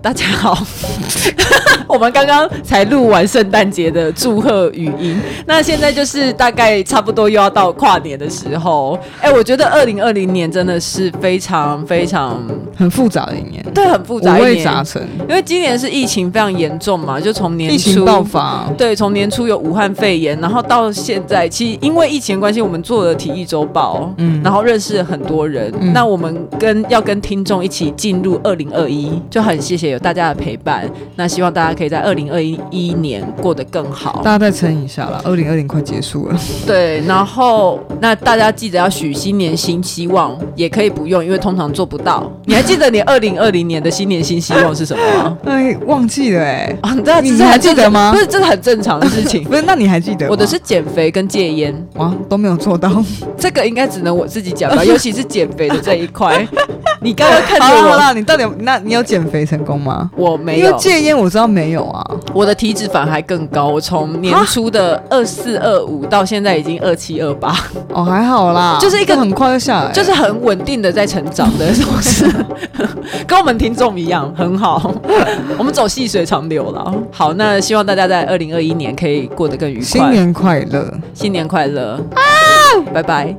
大家好， 我们刚刚才录完圣诞节的祝贺语音，那现在就是大概差不多又要到跨年的时候。哎、我觉得二零二零年真的是非常非常很复杂的一年，对很复五杂一味杂年，陈，因为今年是疫情非常严重嘛，就从年初疫情爆发，对，从年初有武汉肺炎，然后到现在，其实因为疫情的关系，我们做了体育周报，嗯，然后认识了很多人。嗯那我们跟要跟听众一起进入二零二一，就很谢谢有大家的陪伴。那希望大家可以在二零二一年过得更好大。家再撑一下啦，二零二零快结束了， 对，然后那大家记得要许新年新希望，也可以不用，因为通常做不 到。你还记得你二零二零年的新年新希望是什么 吗？哎，忘记了哎，啊，大家你还记得吗不是，这是很正常的事 情。不是，那你还记得吗？我的是减肥跟戒烟。哇都没有 做到，这个应该只能我自己讲 吧，尤其是减肥的这一 块。你刚刚看着好啦好我，啦，你到底有那你有减肥成功吗？我没因为有，戒烟我知道没有啊，我的体脂反而还更高。我从年初 的二四二五到现在已经二七二八，哦还好啦，就是一个这很快就下来了，就是很稳定的在成长 的同时，跟我们听众一样，很 好。我们走细水长流了。好，那希望大家在二零二一年可以过得更愉快，啊新年快乐。新年快乐，拜拜。